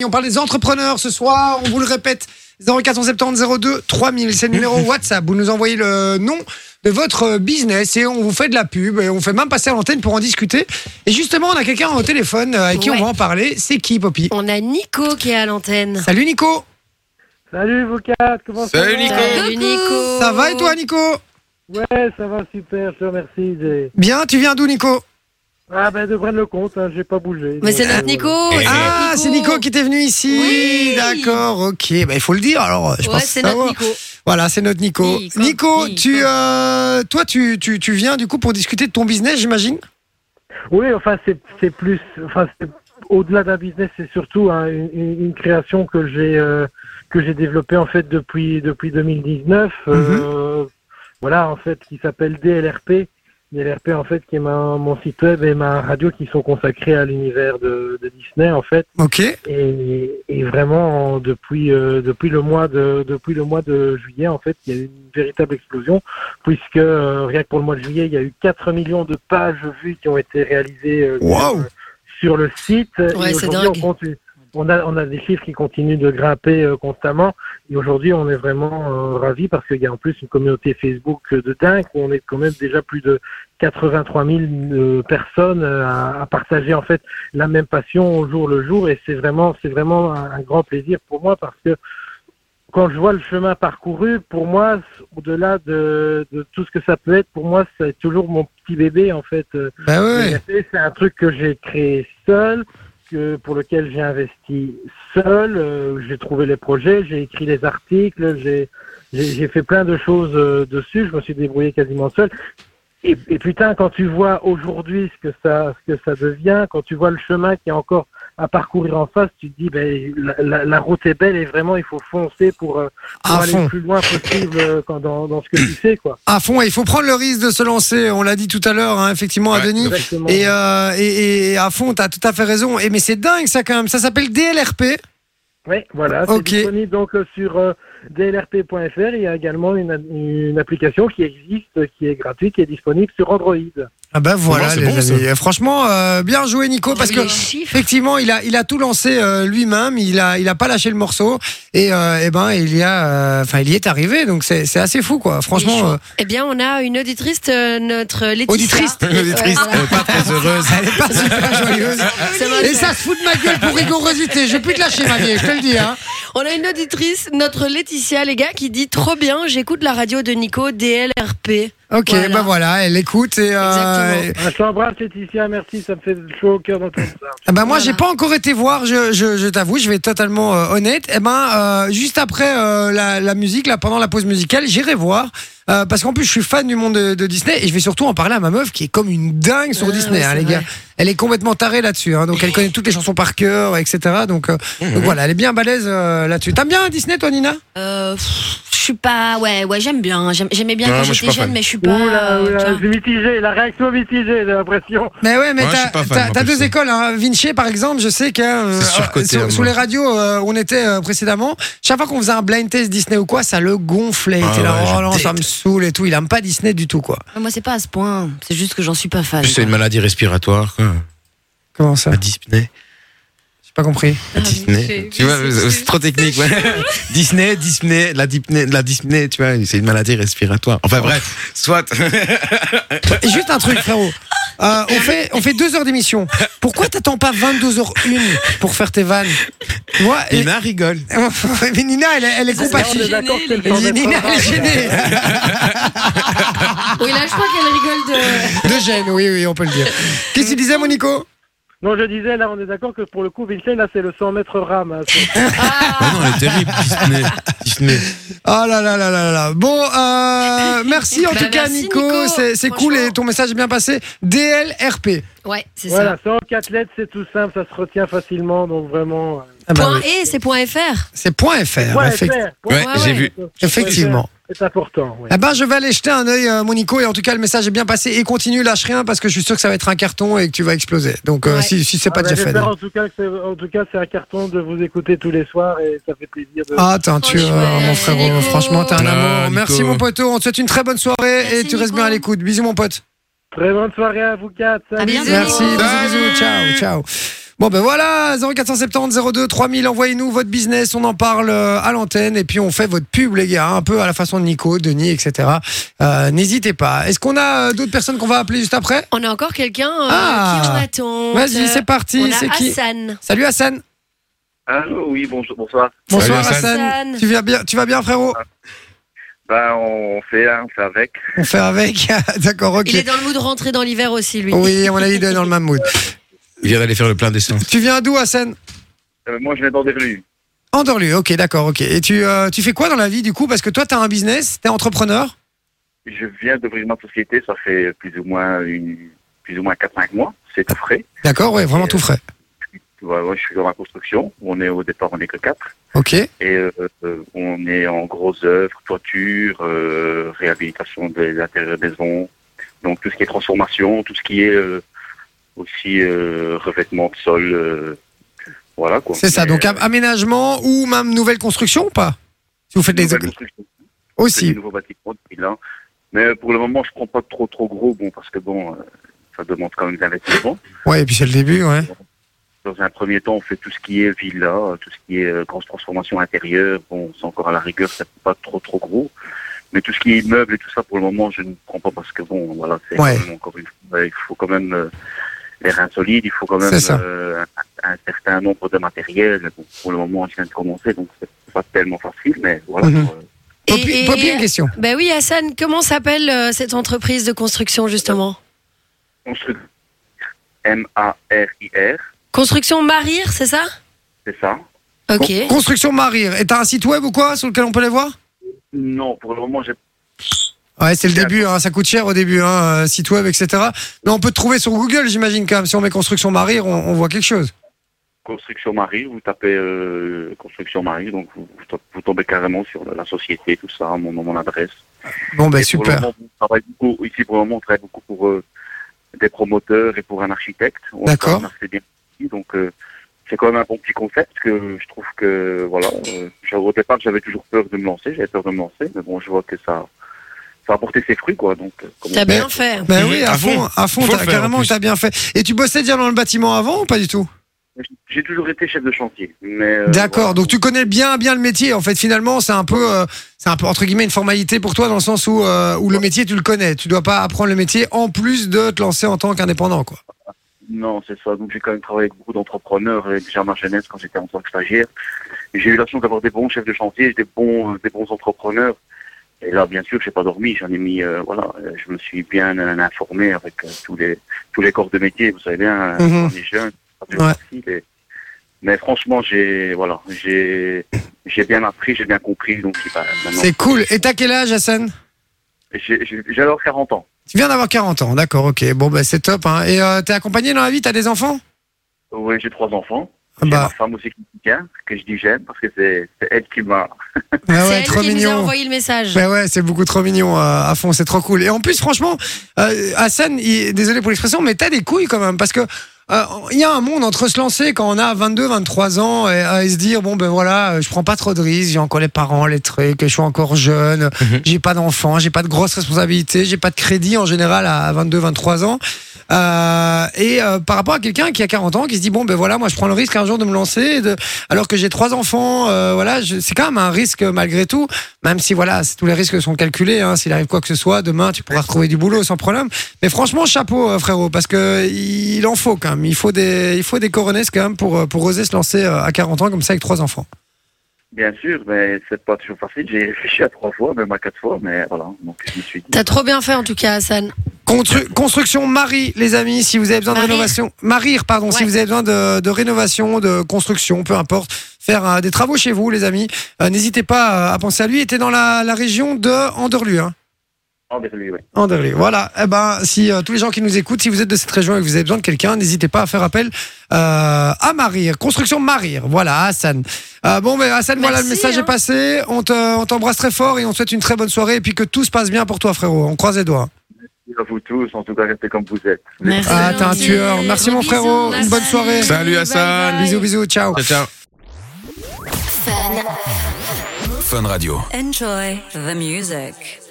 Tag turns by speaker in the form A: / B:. A: Et On parle des entrepreneurs ce soir, on vous le répète, 0470 02 3000, c'est le numéro WhatsApp. Vous nous envoyez le nom de votre euh, business et on vous fait de la pub et on fait même passer à l'antenne pour en discuter. Et justement, on a quelqu'un au téléphone euh, avec qui
B: Ouais.
A: on va en parler. C'est qui, Poppy
B: On a Nico qui est à l'antenne.
A: Salut Nico
C: Salut vous quatre, comment ça
D: Salut,
C: va
D: Nico.
B: Salut Nico.
A: Ça va et toi Nico
C: Ouais, ça va super, je te remercie. j'ai-
A: Bien, tu viens d'où Nico
C: Ah ben de prendre le compte, hein, j'ai pas bougé.
B: Mais c'est
C: donc,
B: notre
C: euh,
B: Nico.
D: Eh.
A: Ah, c'est Nico qui était venu ici
B: Oui.
A: D'accord, ok, Bah, il faut le dire alors. Je
B: ouais,
A: pense
B: c'est
A: savoir.
B: notre Nico.
A: Voilà, c'est notre Nico.
B: Nico,
A: Nico, Tu,
B: Nico.
A: euh, toi, tu, tu, tu viens du coup pour discuter de ton business, j'imagine
C: Oui, enfin c'est c'est plus, enfin c'est- au-delà d'un business, c'est surtout hein, une, une- une création que j'ai euh, que j'ai développée en fait depuis depuis 2019. euh,
B: Mhm.
C: voilà en fait qui s'appelle DLRP. DLRP en fait qui est ma, mon site web et ma radio qui sont consacrés à l'univers de- de Disney en fait.
A: Ok.
C: Et, et vraiment, en- depuis euh, depuis le mois de depuis le mois de juillet, en fait, il y a eu une véritable explosion, puisque euh, rien que pour le mois de juillet, il y a eu 4 millions de pages vues qui ont été réalisées euh,
A: Wow.
C: sur, sur le site.
B: Ouais,
C: Et
B: c'est
C: aujourd'hui,
B: dingue.
C: On, continue- on a on a des chiffres qui continuent de grimper euh, constamment. Et aujourd'hui, on est vraiment euh, ravis parce qu'il y a en plus une communauté Facebook euh, de dingue où on est quand même déjà plus de 83 000 euh, personnes euh, à, à partager en fait la même passion au jour le jour. Et c'est vraiment, c'est vraiment un, un grand plaisir pour moi parce que quand je vois le chemin parcouru, pour moi, c- au-delà de, de tout ce que ça peut être, pour moi, c'est toujours mon petit bébé en fait. euh,
A: Bah ouais. ouais.
C: le NFT, C'est un truc que j'ai créé seul, que, pour lequel j'ai investi seul. euh, j'ai trouvé les projets, j'ai écrit les articles, j'ai j'ai- j'ai fait plein de choses euh, dessus. Je me suis débrouillé quasiment seul. Et, et putain, quand tu vois aujourd'hui ce que ça ce que ça devient, quand tu vois le chemin qui est encore à parcourir en face, tu te dis ben la, la- la route est belle et vraiment il faut foncer pour, euh, pour
A: À
C: aller
A: fond.
C: le plus loin possible euh, quand, dans, dans ce que tu sais quoi.
A: À fond, ouais, il faut prendre le risque de se lancer. On l'a dit tout à l'heure, hein, effectivement, à
D: Ouais.
A: Denis.
C: Exactement.
A: Et, euh, et, et à fond, t'as tout à fait raison. Et mais c'est dingue ça quand même. Ça s'appelle DLRP.
C: Oui, voilà, c'est
A: Ok.
C: disponible donc euh, sur euh, dlrp.fr. Il y a également une, a- une application qui existe, euh, qui est gratuite, qui est disponible sur Android.
A: Ah bah
D: voilà, les amis.
A: Franchement, euh, bien joué Nico, parce que
B: Les chiffres.
A: Effectivement, il a, il a tout lancé euh, lui-même. Il a, il a pas lâché le morceau. Et, euh, eh ben, il y a, euh, enfin, il y est arrivé. Donc c'est, c'est assez fou, quoi.
B: Il est
A: Franchement,
B: chaud.
A: euh,
B: Eh bien, on a une auditrice, euh, notre Laetitia.
A: Auditrice.
D: Une auditrice
B: Ouais.
D: euh, pas très heureuse.
A: elle est pas super joyeuse.
B: Ça va,
A: Et
B: ça-
A: ça se fout de ma gueule pour rigorosité. Je vais plus te lâcher, ma vieille. Je te le dis. Hein.
B: On a une auditrice, notre Laetitia, les gars, qui dit trop bien, j'écoute la radio de Nico, DLRP.
A: Ok,
B: Voilà.
A: bah voilà. Elle écoute et. euh,
B: Exactement.
C: Ah, je t'embrasse, Laetitia, merci, ça me fait chaud au cœur d'entendre ça.
A: Ah ben moi
B: Voilà.
A: j'ai pas encore été voir, je, je, je t'avoue, je vais être totalement euh, honnête. Eh ben euh, juste après euh, la, la musique, là pendant la pause musicale, j'irai voir euh, parce qu'en plus je suis fan du monde de, de Disney et je vais surtout en parler à ma meuf qui est comme une dingue sur
B: Ah,
A: Disney,
B: ouais,
A: hein,
B: c'est
A: les
B: vrai.
A: gars. Elle est complètement tarée là-dessus, hein, donc elle connaît toutes les chansons par cœur, etc. Donc, euh,
B: Mmh.
A: donc voilà, elle est bien balèze euh, là-dessus. T'aimes bien Disney, toi, Nina
E: Euh, pff, je suis pas. Ouais, ouais, j'aime
B: hein.
E: bien. J'aime- J'aimais bien
D: Ouais,
E: quand
D: moi, je suis
E: j'étais jeune,
D: pas fan.
E: mais je
B: Bah,
E: suis pas.
C: Oula,
E: tu vois.
C: oula, c'est mitigé, la réaction mitigée, j'ai l'impression.
A: Mais ouais, mais
D: Ouais, je suis
A: t'as-
D: pas fan,
A: t'as
D: moi,
A: t'as
D: plus
A: deux
D: ça.
A: écoles. Hein. Vinci, par exemple, je sais que euh,
D: C'est surcoté,
A: sur,
D: à moi.
A: sur les radios euh, où on était euh, précédemment, chaque fois qu'on faisait un blind test Disney ou quoi, ça le gonflait.
D: Ah
A: T'es là,
D: ouais,
A: oh
D: je
A: non, ça me saoule et tout. Il aime pas Disney du tout, quoi.
E: Moi, c'est pas à ce point. C'est juste que j'en suis pas fan.
D: Plus c'est une maladie respiratoire, quoi.
A: Comment ça
D: À Disney.
A: J'ai pas compris.
D: À Disney. Tu vois, c'est trop technique, ouais. Disney, Disney, la Disney, la Disney, tu vois, c'est une maladie respiratoire. Enfin bref, soit.
A: Et juste un truc, frérot. Euh, on, fait, on fait deux heures d'émission. Pourquoi t'attends pas 22h01 pour faire tes vannes Tu vois et-
D: Lina rigole.
A: Mais Nina, elle, est- elle est
C: Là, on est
A: compatible.
C: d'accord, c'est le temps d'être
A: Nina, elle est
C: en bas.
A: gênée.
B: Oui, là, je crois qu'elle rigole de.
A: De gêne, oui, oui, on peut le dire. Qu'est-ce que tu disais, Monico
C: Non, je disais, là, on est d'accord que pour le coup, Vincent, là, c'est le 100 mètres rame. hein, c'est-
D: Ah non, elle est terrible, Disney. Disney.
A: Ah là là là là là. Bon, euh, merci en
B: Bah,
A: tout cas
B: merci,
A: Nico,
B: Nico.
A: c'est c'est cool
B: Franchement.
A: et ton message est bien passé. DLRP.
B: Ouais, c'est
C: voilà, 104 lettres, c'est tout simple, ça se retient facilement, donc vraiment. euh,
A: Ah
B: ça.
A: bah
B: Point
A: oui.
B: et, c'est point FR.
A: C'est point .fr,
C: point
A: effect-
C: FR, point
D: Ouais,
C: FR,
D: j'ai vu.
A: effectivement.
C: C'est important, oui.
A: Eh ben, je vais aller jeter un œil, euh, mon Nico, et en tout cas, le message est bien passé. Et continue, lâche rien, parce que je suis sûr que ça va être un carton et que tu vas exploser. Donc, euh,
B: Ouais.
A: si, si c'est
C: Ah
A: pas
C: bah,
A: déjà fait.
C: j'espère
A: non.
C: En tout cas, que c'est- en tout cas, c'est un carton de vous écouter tous les soirs et ça fait plaisir de.
A: Ah, t'es un tueur,
B: Franchement,
A: mon frérot.
B: Nico.
A: Franchement, t'es un
D: Ah,
A: amour.
D: Nico.
A: Merci, mon poteau. On te souhaite une très bonne soirée et
E: Merci,
A: tu restes
E: Nico.
A: bien à l'écoute. Bisous, mon pote.
C: Très bonne soirée à vous quatre.
E: À
C: salut.
E: bientôt.
A: Merci, bisous,
D: Salut.
A: bisous, ciao, ciao. Bon ben voilà, 0470 02 3000, envoyez-nous votre business, on en parle euh, à l'antenne et puis on fait votre pub les gars, hein, un peu à la façon de Nico, Denis, etc. Euh, N'hésitez pas. Est-ce qu'on a euh, d'autres personnes qu'on va appeler juste après
B: On a encore quelqu'un euh,
A: Ah.
B: qui en attend. Euh,
A: Vas-y, c'est
B: On
A: parti, c'est
B: a
A: qui
B: Hassan.
A: Salut Hassan.
F: Allô, Ah, oui, bonjour, bonsoir.
A: Bonsoir
D: Hassan.
A: Hassan.
B: Hassan.
A: Tu vas bien, tu vas bien frérot
F: Ben, on fait, hein, on fait avec.
A: On fait avec. D'accord, ok.
B: Il est dans le mood de rentrer dans l'hiver aussi, lui.
A: Oui, à mon avis, il est dans le même mood.
D: Il vient d'aller faire le plein d'essence.
A: Tu viens d'où Hassan
F: Euh, moi, je viens d'Anderlu.
A: Andorlu, ok, d'accord, ok. Et tu, euh, tu fais quoi dans la vie du coup Parce que toi, t'as un business, t'es entrepreneur.
F: Je viens d'ouvrir ma société, ça fait plus ou moins une, plus ou moins 4-5 mois, c'est tout frais.
A: D'accord, ouais, vraiment tout frais.
F: Tu vois, moi, je suis dans la construction, on est au départ, on est que 4.
A: Ok.
F: Et euh, euh, on est en grosse œuvre, toiture, euh, réhabilitation des intérieurs des maisons. Donc, tout ce qui est transformation, tout ce qui est euh, aussi euh, revêtement de sol. euh, voilà, quoi.
A: C'est ça,
F: Mais,
A: donc
F: euh,
A: am- aménagement ou même nouvelle construction ou pas Si vous faites des
F: nouvelle construction.
A: aussi.
F: des nouveaux bâtiments depuis là. Mais pour le moment, je prends pas trop trop gros, bon, parce que bon, euh, ça demande quand même d'investissement.
A: Ouais, et puis c'est le début, ouais.
F: Dans un premier temps, on fait tout ce qui est villa, euh, tout ce qui est euh, grande transformation intérieure. Bon, c'est encore à la rigueur, c'est pas trop trop gros. Mais tout ce qui est immeuble et tout ça, pour le moment, je ne prends pas parce que bon, voilà, c'est
A: Ouais.
F: quand même encore une fois, il faut quand même euh, les reins solides, il faut quand même
A: C'est ça.
F: euh, un, un certain nombre de matériel. Bon, pour le moment, je viens de commencer, donc c'est pas tellement facile, mais voilà.
A: Mhm.
F: pour, euh,
B: Et-
A: Poppy,
B: et-
A: Poppy, une question.
B: Ben oui, Hassan, comment s'appelle euh, cette entreprise de construction, justement
F: Construire. M-A-R-I-R,
B: Construction Marir, c'est ça
F: c'est ça
B: Ok.
A: Con- Construction Marir. Et t'as un site web ou quoi sur lequel on peut les voir
F: Non, pour le moment, j'ai
A: Ouais, c'est le
F: D'accord.
A: début, hein, ça coûte cher au début, hein, euh, site web, etc. Mais on peut te trouver sur Google, j'imagine, quand même. Si on met Construction Marir, on, on voit quelque chose.
F: Construction Marie, vous tapez euh, Construction Marie, donc vous, vous to- vous tombez carrément sur la, la société, tout ça, mon nom, mon adresse.
A: Bon, ben
F: Et Pour le
A: super.
F: moment, on travaille beaucoup, ici, pour le moment, on travaille beaucoup pour euh, des promoteurs et pour un architecte. On
A: D'accord.
F: travaille assez bien ici, donc euh, c'est quand même un bon petit concept que je trouve que, voilà, euh, je- au départ, j'avais toujours peur de me lancer, j'avais peur de me lancer, mais bon, je vois que ça, ça a apporté ses fruits, quoi. Donc, euh, comme on
B: T'as
F: dit,
B: bien fait.
A: Ben oui, à
D: À fond.
A: fond, à fond,
D: Faut le
A: t'as-
D: faire, en
A: carrément,
D: plus.
A: t'as bien fait. Et tu bossais déjà dans le bâtiment avant ou pas du tout
F: J'ai toujours été chef de chantier. mais, euh,
A: D'accord,
F: voilà.
A: donc tu connais bien bien le métier. En fait, finalement, c'est un peu, euh, c'est un peu entre guillemets une formalité pour toi dans le sens où euh, où le métier tu le connais. Tu dois pas apprendre le métier en plus de te lancer en tant qu'indépendant, quoi.
F: Non, c'est ça. Donc j'ai quand même travaillé avec beaucoup d'entrepreneurs et déjà à ma jeunesse quand j'étais en tant que stagiaire. Et J'ai eu la chance d'avoir des bons chefs de chantier, des bons, euh, des bons entrepreneurs. Et là, bien sûr, j'ai pas dormi. J'en ai mis, euh, voilà, euh, je me suis bien euh, informé avec euh, tous les tous les corps de métier. Vous savez bien, euh,
A: Mhm.
F: on est jeunes, c'est pas toujours
A: Ouais.
F: facile. et- Mais franchement, j'ai, voilà, j'ai, j'ai bien appris, j'ai bien compris. Donc bah, maintenant,
A: C'est cool. Et t'as quel âge, Hassan
F: j'ai, j'ai, j'ai alors 40 ans.
A: Tu viens d'avoir 40 ans, d'accord, ok. Bon, bah c'est top. Hein. Et euh, t'es accompagné dans la vie T'as des enfants
F: Oui, j'ai trois enfants.
A: Ah
F: J'ai ma
A: Bah,
F: femme aussi qui me soutient, que je dis j'aime parce que c'est, c'est elle qui m'a
A: Ah ouais,
B: c'est
A: ouais,
B: elle
A: trop
B: qui nous a
A: mignon.
B: envoyé le message.
A: Ben ouais, c'est beaucoup trop mignon euh, à fond, c'est trop cool. Et en plus, franchement, euh, Hassan, il- désolé pour l'expression, mais t'as des couilles quand même, parce que euh, il y a un monde entre se lancer quand on a 22, 23 ans et, euh, et se dire bon ben voilà, euh, je prends pas trop de risques, j'ai encore les parents, les trucs, je suis encore jeune,
D: Mhm.
A: j'ai pas d'enfants, j'ai pas de grosses responsabilités, j'ai pas de crédit en général à 22, 23 ans. Euh, et euh, par rapport à quelqu'un qui a 40 ans, qui se dit bon ben voilà, moi je prends le risque un jour de me lancer, et de, alors que j'ai trois enfants, euh, voilà, je- c'est quand même un risque euh, malgré tout même si voilà, c'est- tous les risques sont calculés. Hein, S'il arrive quoi que ce soit, demain tu pourras retrouver du boulot sans problème. Mais franchement, chapeau euh, frérot, parce que il en faut quand même. Il faut des, il faut des coronets quand même pour euh, pour oser se lancer euh, à 40 ans comme ça avec trois enfants.
F: Bien sûr, mais c'est pas toujours facile. J'ai réfléchi à trois fois, même à quatre fois, mais voilà. Donc je me suis dit.
B: T'as trop bien fait en tout cas, Hassan.
A: Constru- construction Marie, les amis, si vous avez besoin de
E: Marir.
A: rénovation, Marir, pardon, si
E: Ouais.
A: vous avez besoin de, de rénovation, de construction, peu importe, faire euh, des travaux chez vous, les amis, euh, n'hésitez pas euh, à penser à lui. Il était dans la, la région de Anderlu, hein.
F: Oh, désolé, ouais.
A: Anderlecht. Voilà. Eh ben, si euh, tous les gens qui nous écoutent, si vous êtes de cette région et que vous avez besoin de quelqu'un, n'hésitez pas à faire appel euh, à Marir. Construction Marir. Voilà, Hassan. Euh, bon, mais Hassan, voilà, le
B: Merci,
A: message
B: hein.
A: est passé. On te- on t'embrasse très fort et on te souhaite une très bonne soirée et puis que tout se passe bien pour toi, frérot. On croise les doigts.
F: À vous tous, en tout cas, restez comme vous êtes.
E: Merci.
A: Ah, t'es un
E: Merci.
A: tueur. Merci, mon
E: Gros
A: frérot.
E: bisous.
A: Une bonne soirée.
D: Salut,
E: Bye
D: Hassan.
E: bye.
A: Bisous, bisous. Ciao.
D: Ciao, ciao.
G: Fun Radio.
H: Enjoy the music.